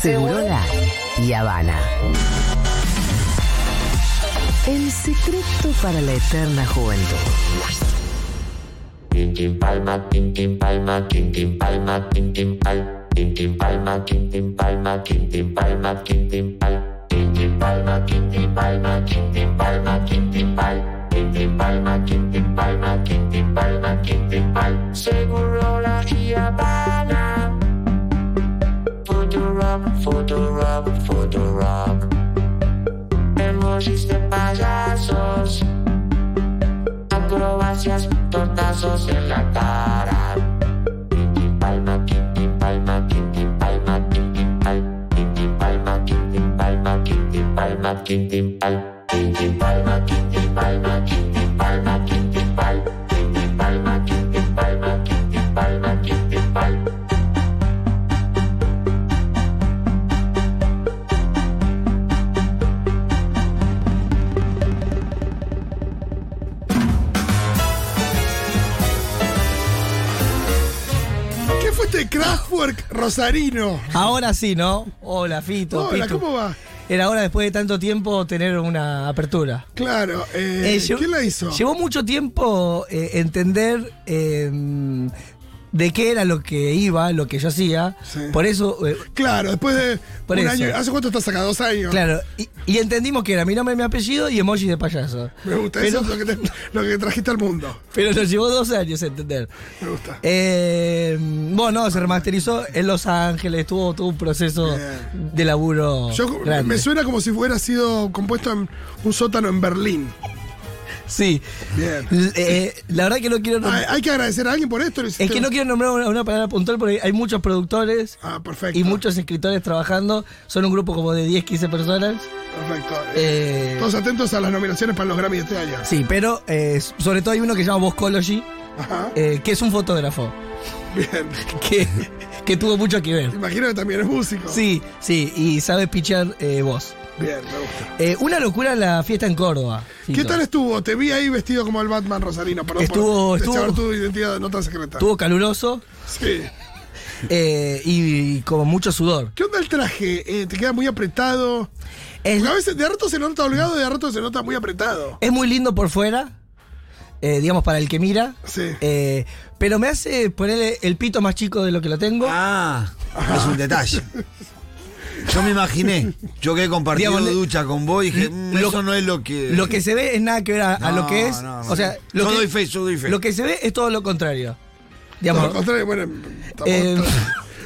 Segurola y Habana. El secreto para la eterna juventud. Tintin palma, tintin palma, tintin palma, tintin pal. Tintin palma, tintin palma, tintin palma, tintin pal. Tintin palma, tintin palma, tintin palma, tintin pal. Tintin palma, tintin palma, tintin palma, tintin pal. Seguro la Habana. Futurock, Futurock, Futurock. Emojis de payasos acrobacias, tortazos en la cara. Tintin palma, tintin palma, tintin palma, tintin pal. Tintin palma, tintin palma, tintin palma, tintin pal. Tintin palma, tintin palma, tintin palma, tintin pal. Tintin palma, tintin palma, tintin palma, tintin pal. ¿Qué fue este Kraftwerk rosarino? Ahora sí, ¿no? Hola, Fito. Hola, Pitu. ¿cómo va? Era hora después de tanto tiempo tener una apertura. Claro, eh, Eh, lle- ¿quién la hizo? Llevó mucho tiempo eh, entender eh, de qué era lo que iba, lo que yo hacía. Sí. Por eso, eh, Claro, después de Por un eso. año. ¿Hace cuánto estás acá? ¿Dos años? claro, y, y entendimos que era mi nombre, mi apellido y emoji de payaso. Me gusta, eso pero, es lo que, te- lo que trajiste al mundo. Pero nos llevó dos años entender. Me gusta. Eh, bueno, no, se remasterizó en Los Ángeles, tuvo, tuvo un proceso Bien. de laburo. Yo- grande. me suena como si hubiera sido compuesto en un sótano en Berlín. Sí. Bien. L- eh, la verdad que no quiero Ah, nombrar, ¿Hay que agradecer a alguien por esto? ¿Lo hiciste? es que no quiero nombrar una, una palabra puntual porque hay muchos productores Ah, perfecto. y muchos escritores trabajando. Son un grupo como de 10, 15 personas. Perfecto. Eh, Todos atentos a las nominaciones para los Grammy de este año. sí, pero eh, sobre todo hay uno que se llama Boscology, Ajá. eh, que es un fotógrafo Bien. que, que tuvo mucho que ver. Imagino que también es músico. Sí, sí, y sabe pichar eh, voz. Bien, me gusta. Eh, una locura la fiesta en Córdoba. ¿Qué Fito. tal estuvo? Te vi ahí vestido como el Batman Rosarino. Perdón Estuvo- por estuvo- saber tu identidad no tan secreta. Estuvo caluroso Sí. eh, y, y con mucho sudor. ¿Qué onda el traje? Eh, ¿Te queda muy apretado? Es, Porque a veces de rato se nota holgado y de rato se nota muy apretado. es muy lindo por fuera, eh, digamos para el que mira, Sí. eh, pero me hace ponerle el pito más chico de lo que lo tengo. Ah, es un detalle. Yo me imaginé, yo que he compartido Digamos, ducha con vos y dije, "Mm, lo- eso no es lo que... Lo que se ve es nada que ver a, a No, lo que es. no, no. o sea, lo Yo que, doy fe, yo doy fe. Lo que se ve es todo lo contrario. Todo Digamos, lo contrario, bueno, tampoco- Eh,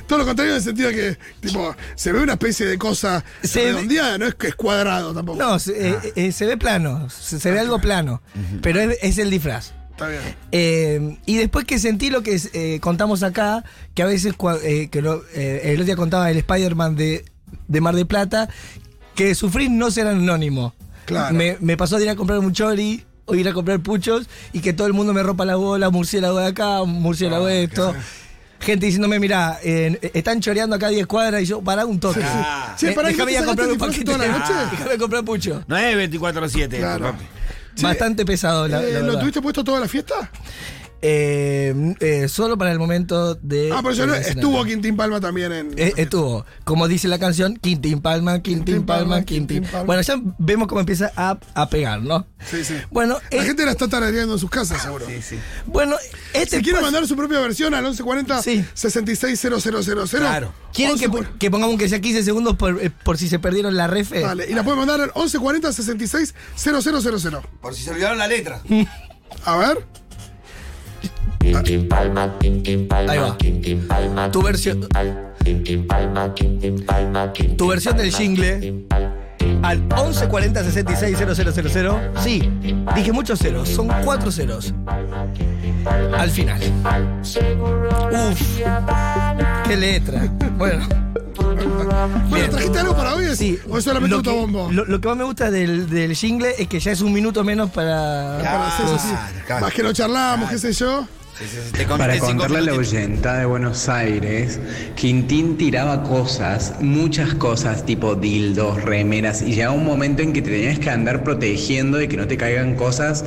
todo lo contrario en el sentido que, tipo, se ve una especie de cosa Se ve- redondeada, no es que es cuadrado tampoco. no, se, Ah. eh, eh, se ve plano, se, se ve algo plano, pero es, es el disfraz. Está bien. Eh, y después que sentí lo que eh, contamos acá, que a veces, cua- eh, que lo- eh, el otro día contaba el Spider-Man de, de Mar de Plata, que sufrir no será anónimo. Claro. Me, me pasó de ir a comprar un chori o ir a comprar puchos y que todo el mundo me rompa la bola, murciélago de acá, Ah, murciélago de esto. Gente diciéndome, mira, están choreando acá a 10 cuadras y yo, pará un toque. Eh, Sí, pará, ¿y no déjame te ir a sacaste comprar el un disfraz paquete. toda la noche? Déjame comprar pucho. No es 24-7. Claro. papi. Sí. Bastante pesado, la, la Eh, ¿Lo verdad. tuviste puesto toda la fiesta? Eh, eh, solo para el momento de. Ah, pero yo de no, la escena. estuvo Quintín Palma también en. Eh, estuvo, como dice la canción, Quintín Palma, Quintín Palma, Quintín. Palma. Bueno, ya vemos cómo empieza a, a pegar, ¿no? Sí, sí. Bueno, la eh, gente la está tarareando en sus casas, seguro. bueno, este Si quiere espacio- mandar su propia versión al 1140 Sí. 660000. Claro. ¿Quieren que, 11 po- que pongamos que sea 15 segundos por, eh, por si se perdieron la refe? Dale, y la puede mandar al 1140 660000. Por si se olvidaron la letra. A ver. Tintin palma, tintin Ahí palma, va. tintin palma. Tu versión- Tintin Pal- Tintin palma, tintin palma, tintin Tu versión del palma, jingle. Tintin Pal- Tintin Al 1140 66 000. Sí, dije muchos ceros, son cuatro ceros. Al final. Uf, qué letra. Bueno. Bueno, Bien. ¿trajiste algo para hoy? Sí, ¿O es solamente lo que- autobombo? Lo, lo que más me gusta del, del jingle es que ya es un minuto menos para. Claro, Para hacer eso, sí. Ah, claro. Más que lo charlamos, qué sé yo. Te conté Para cinco contarle a la minutitos. oyenta de Buenos Aires, Quintín tiraba cosas, muchas cosas, tipo dildos, remeras, y llegaba un momento en que te tenías que andar protegiendo de que no te caigan cosas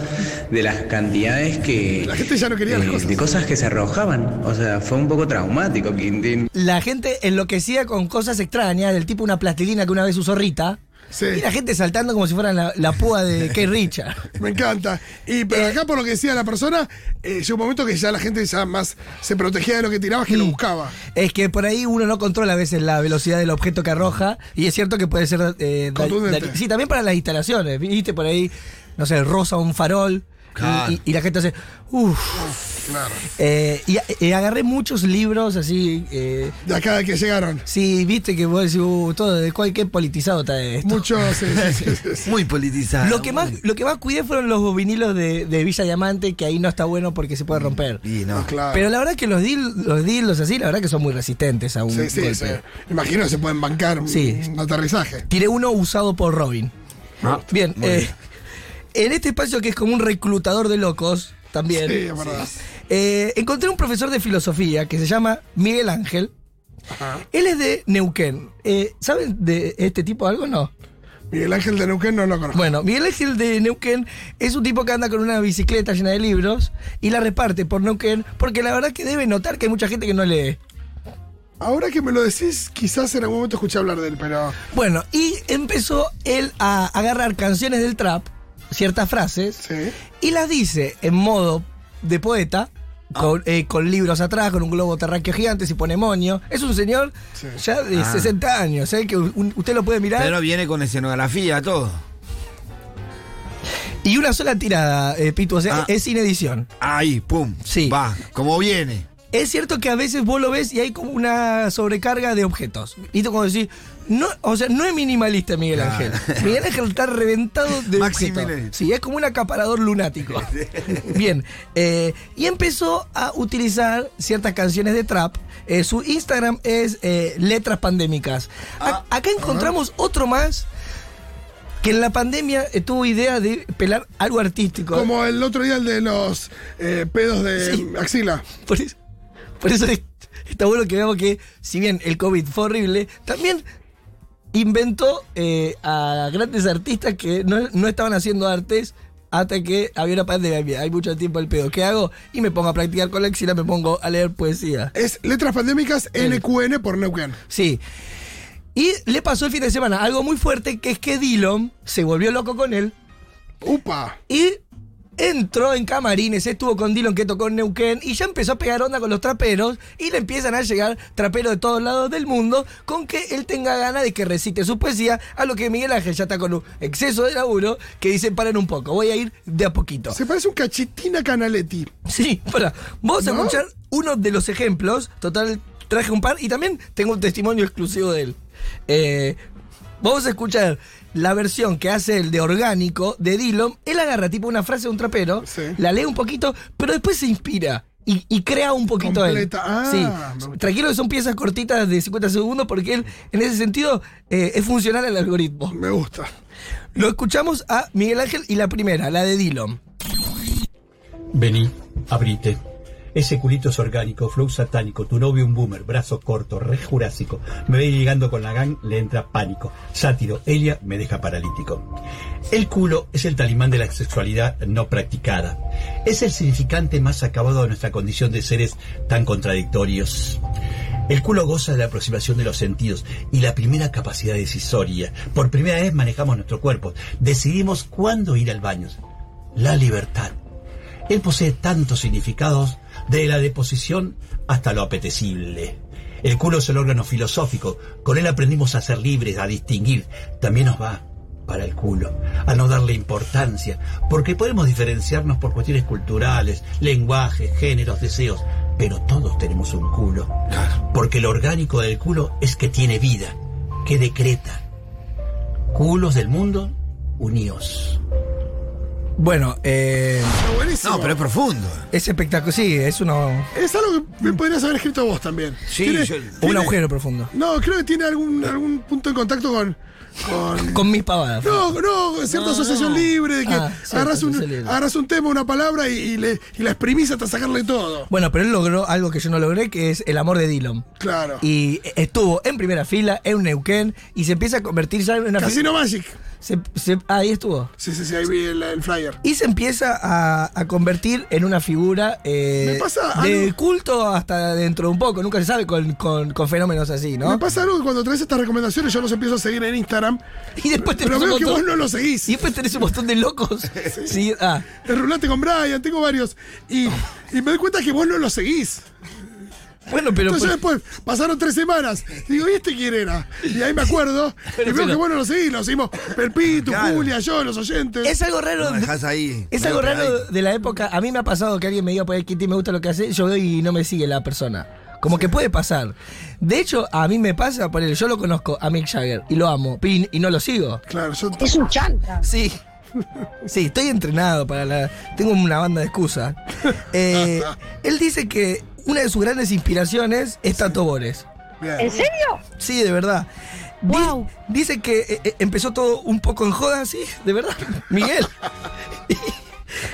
de las cantidades que. eh, La gente ya no quería las cosas. De cosas que se arrojaban. O sea, fue un poco traumático, Quintín. La gente enloquecida con cosas extrañas, del tipo una plastilina que una vez usó Rita. Sí. Y la gente saltando como si fueran la, la púa de Kate Richard. Me encanta. Y Eh. pero acá por lo que decía la persona, eh, llegó un momento que ya la gente ya más se protegía de lo que tiraba que lo Mm. buscaba. Es que por ahí uno no controla a veces la velocidad del objeto que arroja. Y es cierto que puede ser. eh, da- Contundente. da- sí, también para las instalaciones. Viste por ahí, no sé, rosa un farol. y- Claro. Y, y la gente hace. Uff. Claro. Eh, y, y agarré muchos libros así. eh, De acá que llegaron. sí, viste que vos decís, "Uh, todo, de cual, qué politizado está esto. Muchos. sí, sí, sí, sí. Muy politizado. Ah, Lo que, más, muy- lo que más cuidé fueron los vinilos de, de Villa Diamante, que ahí no está bueno porque se puede romper. Y no. Claro. Pero la verdad que los, dil- los dildos así, la verdad que son muy resistentes a un sí, sí, golpe. sí. Imagino que se pueden bancar un- Sí. un aterrizaje. Tiré uno usado por Robin. Bien, eh, en este espacio que es como un reclutador de locos, también, Sí, es verdad. eh, encontré un profesor de filosofía que se llama Miguel Ángel. Él es de Neuquén. Eh, ¿Saben de este tipo algo o no? Miguel Ángel de Neuquén no lo conozco. Bueno, Miguel Ángel de Neuquén es un tipo que anda con una bicicleta llena de libros y la reparte por Neuquén porque la verdad que debe notar que hay mucha gente que no lee. Ahora que me lo decís, quizás en algún momento escuché hablar de él, pero. Bueno, y empezó él a agarrar canciones del trap, ciertas frases, Sí. y las dice en modo de poeta, con, eh, con libros atrás, con un globo terráqueo gigante, si pone moño. Es un señor Sí. ya de Ah. 60 años, ¿eh? que un- usted lo puede mirar. Pero viene con escenografía, todo. Y una sola tirada, eh, Pitu, o sea, Ah. es sin edición. Ahí, pum. Sí. Va, como viene. Es cierto que a veces vos lo ves y hay como una sobrecarga de objetos. Y tú como decís, no, o sea, no es minimalista Miguel Claro. Ángel. Miguel Ángel está reventado de Maxi objetos. Miller. Sí, es como un acaparador lunático. Bien, eh, y empezó a utilizar ciertas canciones de trap. Eh, su Instagram es eh, Letras Pandémicas. Ah. A- acá encontramos otro más que en la pandemia eh, tuvo idea de pelar algo artístico. Como el otro día el de los eh, pedos de Sí. axila. Por eso, por eso es- está bueno que veamos que, si bien el COVID fue horrible, también inventó eh, a grandes artistas que no, no estaban haciendo artes hasta que había una pandemia. Hay mucho tiempo el pedo. ¿Qué hago? Y me pongo a practicar con la axila, me pongo a leer poesía. Es Letras Pandémicas NQN por Neuquén. Sí. Y le pasó el fin de semana algo muy fuerte, que es que Dillon se volvió loco con él Upa. y entró en camarines, estuvo con Dylan que tocó en Neuquén y ya empezó a pegar onda con los traperos y le empiezan a llegar traperos de todos lados del mundo con que él tenga ganas de que recite su poesía, a lo que Miguel Ángel ya está con un exceso de laburo que dice paren un poco, voy a ir de a poquito. Se parece un cachitín a Canaletti. Sí, para, vamos a ¿No? escuchar uno de los ejemplos, total traje un par y también tengo un testimonio exclusivo de él. Eh, vamos a escuchar la versión que hace el de orgánico de Dillon, él agarra tipo una frase de un trapero, Sí. la lee un poquito, pero después se inspira. Y, y crea un poquito Completa. Ah, él. me sí. gusta. Tranquilo que son piezas cortitas de 50 segundos porque él, en ese sentido, eh, es funcional al algoritmo. Me gusta. Lo escuchamos a Miguel Ángel y la primera, la de Dillon. Vení, abrite. Ese culito es orgánico, flow satánico, tu novio un boomer, brazo corto, re jurásico. Me ve llegando con la gang, le entra pánico. Sátiro, ella me deja paralítico. El culo es el talismán de la sexualidad no practicada. Es el significante más acabado de nuestra condición de seres tan contradictorios. El culo goza de la aproximación de los sentidos y la primera capacidad decisoria. Por primera vez manejamos nuestro cuerpo. Decidimos cuándo ir al baño. La libertad. Él posee tantos significados, desde la deposición hasta lo apetecible. El culo es el órgano filosófico, con él aprendimos a ser libres, a distinguir. También nos va para el culo, a no darle importancia, porque podemos diferenciarnos por cuestiones culturales, lenguajes, géneros, deseos, pero todos tenemos un culo, porque lo orgánico del culo es que tiene vida, que decreta. Culos del mundo, unidos. Bueno, eh, Está buenísimo. No, pero es profundo. es espectacular. Sí, es uno, Es algo que me podrías haber escrito vos también. Sí, Tiene- yo- un tiene- agujero profundo. No, creo que tiene algún, algún punto en contacto con. con- Con mis pavadas. No, no, cierta asociación libre, de que Ah, sí, agarras, un, asociación libre. agarrás un tema, una palabra y, y le- y la exprimís hasta sacarle todo. Bueno, pero él logró algo que yo no logré, que es el amor de Dylan. Claro. Y estuvo en primera fila, en Neuquén, y se empieza a convertir ya en una... Casino Magic. Se- se- ahí estuvo. Sí, sí, sí, ahí vi el, el flyer. Y se empieza a, a convertir en una figura eh, Me pasa de algo- culto hasta dentro de un poco. Nunca se sabe con, con- con fenómenos así, ¿no? Me pasa algo que cuando traes estas recomendaciones yo los empiezo a seguir en Instagram. Y después tenés Pero un veo que vos montón- no lo seguís. Y después tenés un montón de locos. sí, ah. Enrulate con Brian, tengo varios. Y, y me doy cuenta que vos no lo seguís. Bueno, pero... pues- Entonces por- después pasaron tres semanas. Digo, ¿y este quién era? Y ahí me acuerdo. Pero y veo si que no- bueno lo seguís, lo seguimos. Perpitu, Claro. Julia, yo, los oyentes. Es algo raro... No, dejás ahí. Es algo medio raro pegadito. de la época. A mí me ha pasado que alguien me diga, pues, Kitty, me gusta lo que hace. Yo veo y no me sigue la persona. Como que puede pasar. De hecho, a mí me pasa, por él, yo lo conozco a Mick Jagger y lo amo, y, y no lo sigo. Claro, yo. Es un chanta. Sí. Sí, estoy entrenado para la. Tengo una banda de excusas. Eh, él dice que una de sus grandes inspiraciones es Tato Bores. Bien. ¿En serio? Sí, de verdad. Di- Guau. Dice que eh, eh, empezó todo un poco en joda, sí, de verdad, Miguel.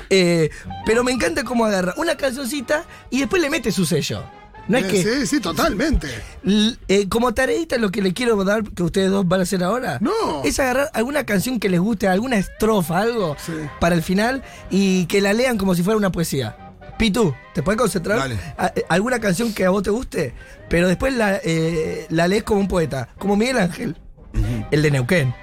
Eh, pero me encanta cómo agarra una cancioncita y después le mete su sello. No es Bien, que, Eh, Sí, sí, totalmente. l- eh, como tareita, lo que le quiero dar, que ustedes dos van a hacer ahora, No. es agarrar alguna canción que les guste, alguna estrofa, algo, Sí. para el final y que la lean como si fuera una poesía. Pitu, ¿te puedes concentrar? Dale. A- eh, alguna canción que a vos te guste, pero después la, eh, la lees como un poeta, como Miguel Ángel, el de Neuquén.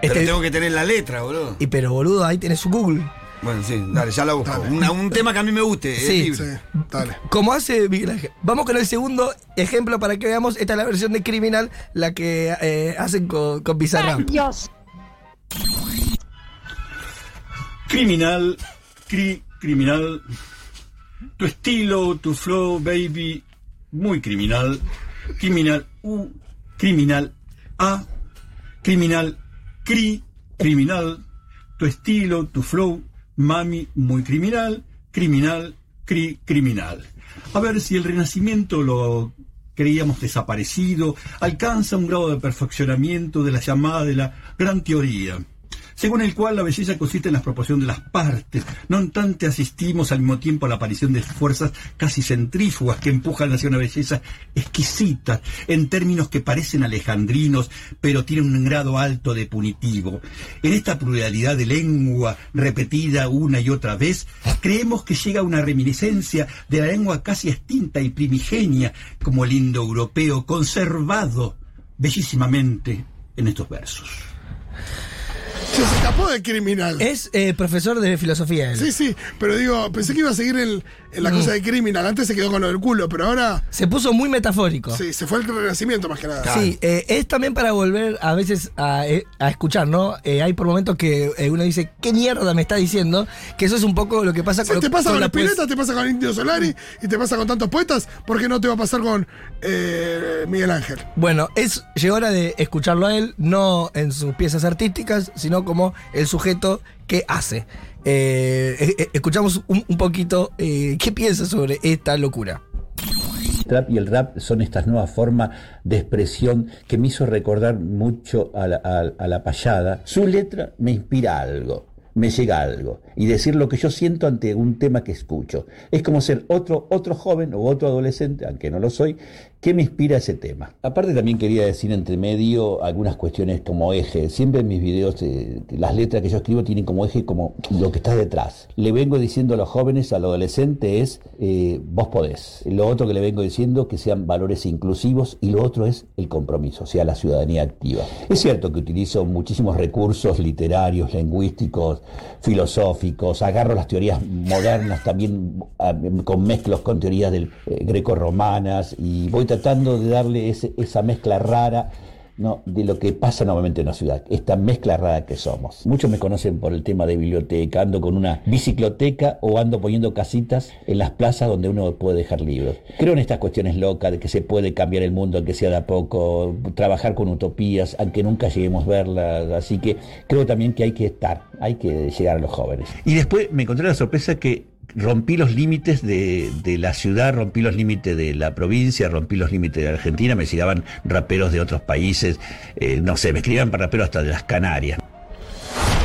Pero Este- tengo que tener la letra, boludo. Y pero boludo, ahí tenés su Google. Bueno, sí, dale, ya la busco. Una- un tema que a mí me guste. es Sí. libre. Sí, dale. Como hace Miguel Ángel. Vamos con el segundo ejemplo para que veamos. Esta es la versión de Criminal, la que eh, hacen con, con Bizarrap. Ay, Dios. Criminal, cri, criminal. Tu estilo, tu flow, baby, muy criminal. Criminal, u, criminal, a, criminal, cri, criminal. Tu estilo, tu flow, mami, muy criminal. Criminal, cri, criminal. A ver si el renacimiento lo creíamos desaparecido, alcanza un grado de perfeccionamiento de la llamada de la gran teoría según el cual la belleza consiste en la proporción de las partes. No obstante, asistimos al mismo tiempo a la aparición de fuerzas casi centrífugas que empujan hacia una belleza exquisita, en términos que parecen alejandrinos, pero tienen un grado alto de punitivo. En esta pluralidad de lengua, repetida una y otra vez, creemos que llega una reminiscencia de la lengua casi extinta y primigenia, como el indoeuropeo, conservado bellísimamente en estos versos. Se se escapó de criminal. Es eh, profesor de filosofía. él. Sí, sí, pero digo, pensé que iba a seguir en, en la cosa de criminal. Antes se quedó con lo del culo, pero ahora Se puso muy metafórico. sí, se fue el renacimiento más que nada. Sí, eh, es también para volver a veces a, eh, a escuchar, ¿no? Eh, hay por momentos que eh, uno dice, ¿qué mierda me está diciendo? Que eso es un poco lo que pasa Si lo- te pasa con la las poesía. piletas, te pasa con Indio Solari y te pasa con tantos poetas, ¿por qué no te va a pasar con eh, Miguel Ángel? Bueno, es llegó hora de escucharlo a él, no en sus piezas artísticas, sino como el sujeto que hace. Eh, eh, eh, escuchamos un, un poquito eh, qué piensa sobre esta locura. trap y el rap son estas nuevas formas de expresión que me hizo recordar mucho a la, a- a la payada. Su letra me inspira algo, me llega algo. Y decir lo que yo siento ante un tema que escucho. Es como ser otro, otro joven o otro adolescente, aunque no lo soy, que me inspira ese tema. Aparte también quería decir entre medio algunas cuestiones como eje. Siempre en mis videos eh, las letras que yo escribo tienen como eje como lo que está detrás. Le vengo diciendo a los jóvenes, al adolescente es eh, vos podés. Lo otro que le vengo diciendo que sean valores inclusivos y lo otro es el compromiso, o sea, la ciudadanía activa. Es cierto que utilizo muchísimos recursos literarios, lingüísticos, filosóficos, agarro las teorías modernas también ah, con mezclos con teorías del, eh, greco-romanas y voy tratando de darle ese- esa mezcla rara no, de lo que pasa normalmente en la ciudad, esta mezcla rara que somos. Muchos me conocen por el tema de biblioteca, ando con una bicicloteca o ando poniendo casitas en las plazas donde uno puede dejar libros. Creo en estas cuestiones locas de que se puede cambiar el mundo, aunque sea de a poco, trabajar con utopías, aunque nunca lleguemos a verlas, así que creo también que hay que estar, hay que llegar a los jóvenes. Y después me encontré la sorpresa que rompí los límites de, de la ciudad, rompí los límites de la provincia, rompí los límites de Argentina, me llegaban raperos de otros países, eh, no sé, me escribían para raperos hasta de las Canarias.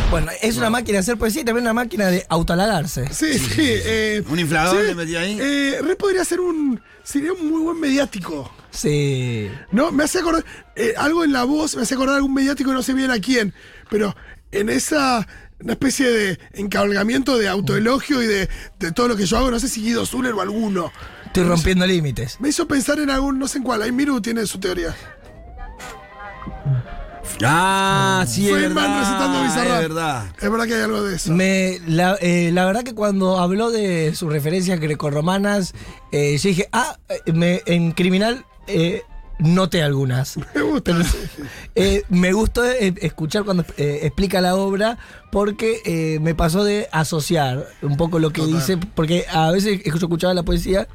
Bueno, es una máquina de hacer poesía y también una máquina de autoalagarse. Sí, sí. eh, Un inflador sí, le metí ahí. eh, Re podría ser un. Sería un muy buen mediático. Sí. No, me hace acordar. eh, algo en la voz, me hace acordar algún mediático, no sé bien a quién. Pero en esa. Una especie de encabalgamiento de autoelogio y de, de todo lo que yo hago. No sé si Guido Zuller o alguno. Estoy rompiendo límites. Me hizo pensar en algún. No sé en cuál. Ahí Miru tiene su teoría. Ah, sí, Fue es Inman verdad. recitando Bizarrap. Es verdad. Es verdad que hay algo de eso. Me, la, eh, la verdad que cuando habló de sus referencias grecorromanas, eh, yo dije, ah, eh, me, en criminal eh, noté algunas. Me gusta. Eh, me gustó eh, escuchar cuando eh, explica la obra porque eh, me pasó de asociar un poco lo que Total. dice, porque a veces yo escuchaba la poesía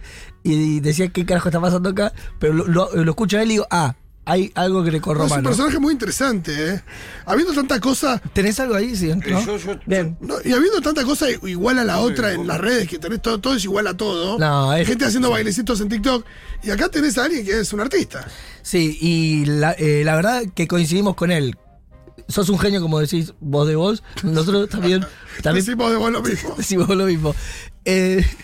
y decía qué carajo está pasando acá, pero lo, lo, lo escucho a él y digo, ah, hay algo No, es un grecorromano. personaje muy interesante, ¿eh? Habiendo tanta cosa. ¿Tenés algo ahí? Sí, ¿no? Eh, yo- yo- Bien. no, y habiendo tanta cosa igual a la otra en las redes, que tenés todo, todo es igual a todo. No, es- Gente haciendo bailecitos en TikTok. Y acá tenés a alguien que es un artista. Sí, y la, eh, la verdad que coincidimos con él. Sos un genio, como decís vos de vos. Nosotros también, también Decimos de vos lo mismo. decimos lo mismo. Eh,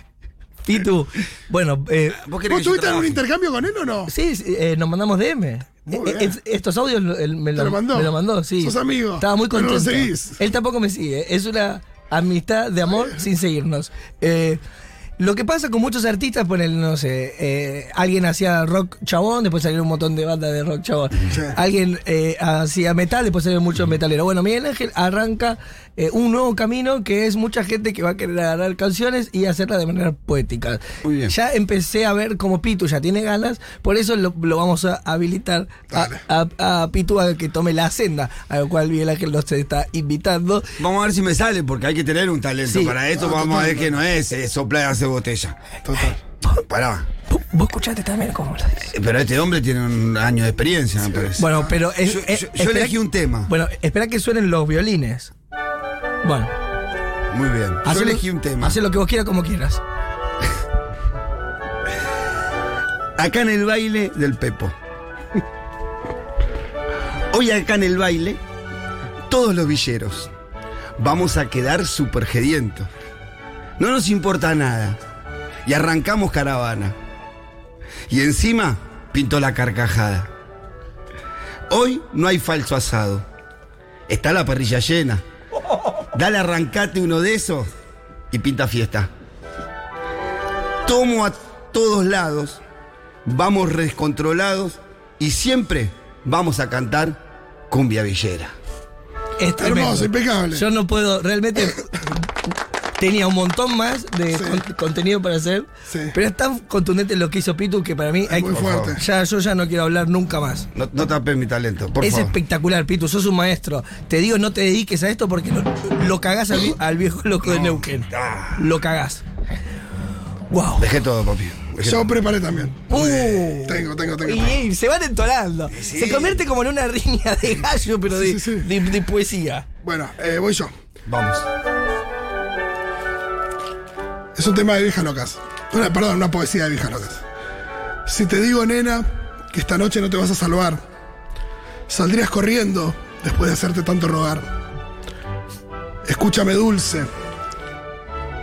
Pitu, bueno, eh, ¿Vos querés ¿Vos que yo tuviste algún trabaje? intercambio con él o no? Sí, sí, eh, nos mandamos DM. Muy Eh, bien. es- estos audios lo- él me, Te lo mandó. me lo mandó, sí. Sos amigo. Estaba muy Pero no lo contento. seguís. Él tampoco me sigue. Es una amistad de amor sin seguirnos. Eh, lo que pasa con muchos artistas, ponen, no sé, eh, alguien hacía rock chabón, después salieron un montón de bandas de rock chabón. Alguien eh, hacía metal, después Mm. salieron muchos metaleros. Bueno, Miguel Ángel arranca eh, un nuevo camino que es mucha gente que va a querer agarrar canciones y hacerlas de manera poética. Muy bien. Ya empecé a ver como Pitu ya tiene ganas, por eso lo, lo vamos a habilitar a, a- a Pitu a que tome la senda, a lo cual Miguel Ángel nos está invitando. Vamos a ver si me sale, porque hay que tener un talento Sí. para esto. Ah, vamos a total. ver que no es eh, soplar y hacer botella. Total. Pará. Vos vos escuchaste también cómo lo dice. Eh, Pero este hombre tiene un año de experiencia, me parece. Bueno, pero es- Yo- yo- es- yo espera elegí que- un tema. Bueno, espera que suenen los violines. Bueno, Muy bien. Yo hacé lo- elegí un tema. Hacé lo que vos quieras como quieras. Acá en el baile del Pepo. Hoy acá en el baile, todos los villeros. Vamos a quedar supergedientos. No nos importa nada. Y arrancamos caravana. Y encima pintó la carcajada. Hoy no hay falso asado. Está la parrilla llena. Dale arrancate uno de esos y pinta fiesta. Tomo a todos lados vamos descontrolados y siempre vamos a cantar cumbia villera. Es tremendo. Hermoso, impecable. Yo no puedo, realmente tenía un montón más de Sí. con- contenido para hacer, Sí. pero es tan contundente lo que hizo Pitu que para mí hay muy que- fuerte. Ya, yo ya no quiero hablar nunca más. No, no tapes mi talento, por es favor. espectacular, Pitu, sos un maestro. Te digo, no te dediques a esto porque lo, lo cagás al, vi- al viejo loco de Neuquén. Lo cagás. Wow. Dejé todo, papi. Dejé Yo todo. preparé también. Uh. Tengo, tengo, tengo. Y, y se van entonando. Se convierte como en una riña de gallo, pero de, Sí, sí, sí. de- de poesía. Bueno, eh, voy yo. Vamos. Es un tema de viejas locas. Una- perdón, una poesía de viejas locas. Si te digo, nena, que esta noche no te vas a salvar, saldrías corriendo después de hacerte tanto rogar. Escúchame, dulce.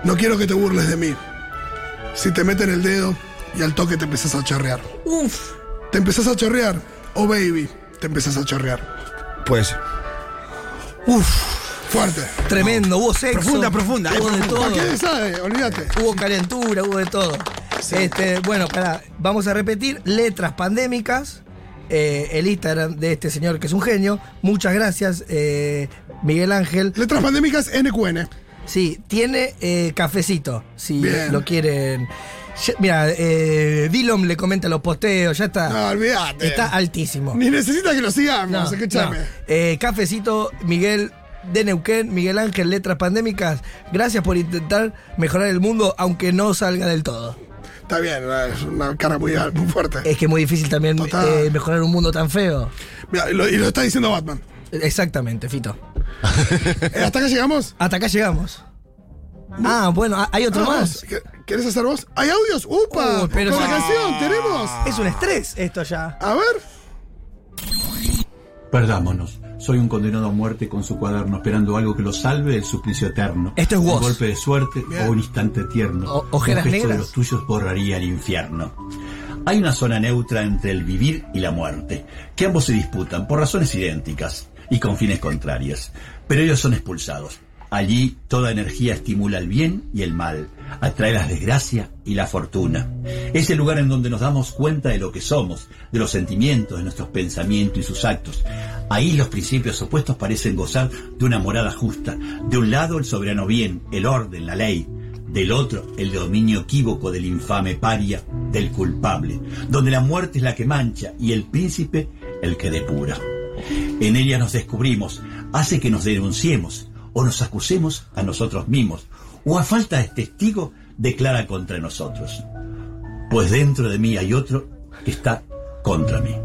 No quiero que te burles de mí. Si te meten el dedo y al toque te empezás a chorrear. Uf. Te empezás a chorrear. Oh, baby, te empezás a chorrear. Pues. Uf. Fuerte. Tremendo. Hubo sexo. Profunda, profunda, eh, Hubo de todo. ¿Quién sabe? Olvídate. Hubo calentura, hubo de todo. Este, bueno, pará, vamos a repetir. Letras pandémicas. eh, el Instagram de este señor que es un genio. Muchas gracias, eh, Miguel Ángel. Letras pandémicas NQN. Sí, tiene eh, cafecito, si Bien. lo quieren. Ya- Mira, eh, Dillom le comenta los posteos, ya está. No, olvídate. Está altísimo. Ni necesitas que lo sigamos, Oh. No, escúchame. no. Eh, cafecito, Miguel de Neuquén, Miguel Ángel, Letras Pandémicas. Gracias por intentar mejorar el mundo, aunque no salga del todo. Está bien, es una cara muy, muy fuerte. Es que es muy difícil también Total. eh, mejorar un mundo tan feo. Mirá, y lo- y lo está diciendo Batman. Exactamente, Fito. Eh, ¿Hasta acá llegamos? Hasta acá llegamos. Ah, bueno, ah, hay otro Ah, más. ¿qu- ¿Querés hacer vos? ¿Hay audios? ¡Upa! Uh, pero Con la sí. canción, tenemos. Es Eh. un estrés esto ya. A ver. Perdámonos. Soy un condenado a muerte con su cuaderno, esperando algo que lo salve del suplicio eterno. Esto es Woz. Un golpe de suerte o un instante tierno. O- ojeras un gesto negras. de los tuyos borraría el infierno. Hay una zona neutra entre el vivir y la muerte, que ambos se disputan por razones idénticas y con fines contrarias, pero ellos son expulsados. Allí toda energía estimula el bien y el mal, atrae la desgracia y la fortuna. Es el lugar en donde nos damos cuenta de lo que somos, de los sentimientos, de nuestros pensamientos y sus actos. Ahí los principios opuestos parecen gozar de una morada justa. De un lado el soberano bien, el orden, la ley, del otro el dominio equívoco del infame paria, del culpable, donde la muerte es la que mancha y el príncipe el que depura. En ella nos descubrimos, hace que nos denunciemos o nos acusemos a nosotros mismos, o a falta de testigo declara contra nosotros. Pues dentro de mí hay otro que está contra mí.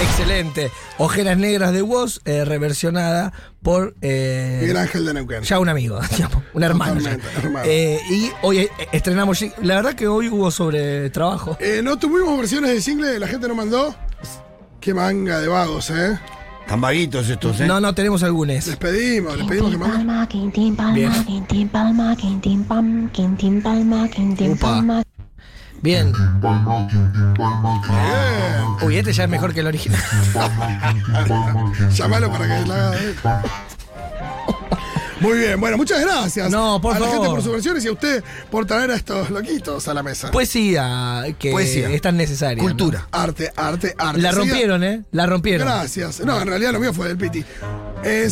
Excelente. Ojeras negras de Woz, eh, reversionada por. eh, Miguel Ángel de Neuquén. Ya un amigo, digamos, un hermano. ya. Totalmente, hermano. Eh, y hoy eh, estrenamos. jing- La verdad que hoy hubo sobre trabajo. Eh, no tuvimos versiones de single, la gente nos mandó. Qué manga de vagos, ¿eh? Tan vaguitos estos, ¿eh? No, no tenemos algunos. Les pedimos, les pedimos que Quintín manden. Palma, Quintín Palma, Bien. Quintín Palma, Quintín Palma, Quintín Palma, Quintín Upa. Palma. Bien. Uy, este ya es mejor que el original. Llamalo para que la haga él. Muy bien, bueno, muchas gracias. No, por a la favor. gente por sus versiones y a usted por traer a estos loquitos a la mesa. Poesía que Poesía. es tan necesaria. ¿no? Cultura. Arte, arte, arte. La Siga- rompieron, ¿eh? La rompieron. Gracias. No, en realidad lo mío fue del Piti. Eh,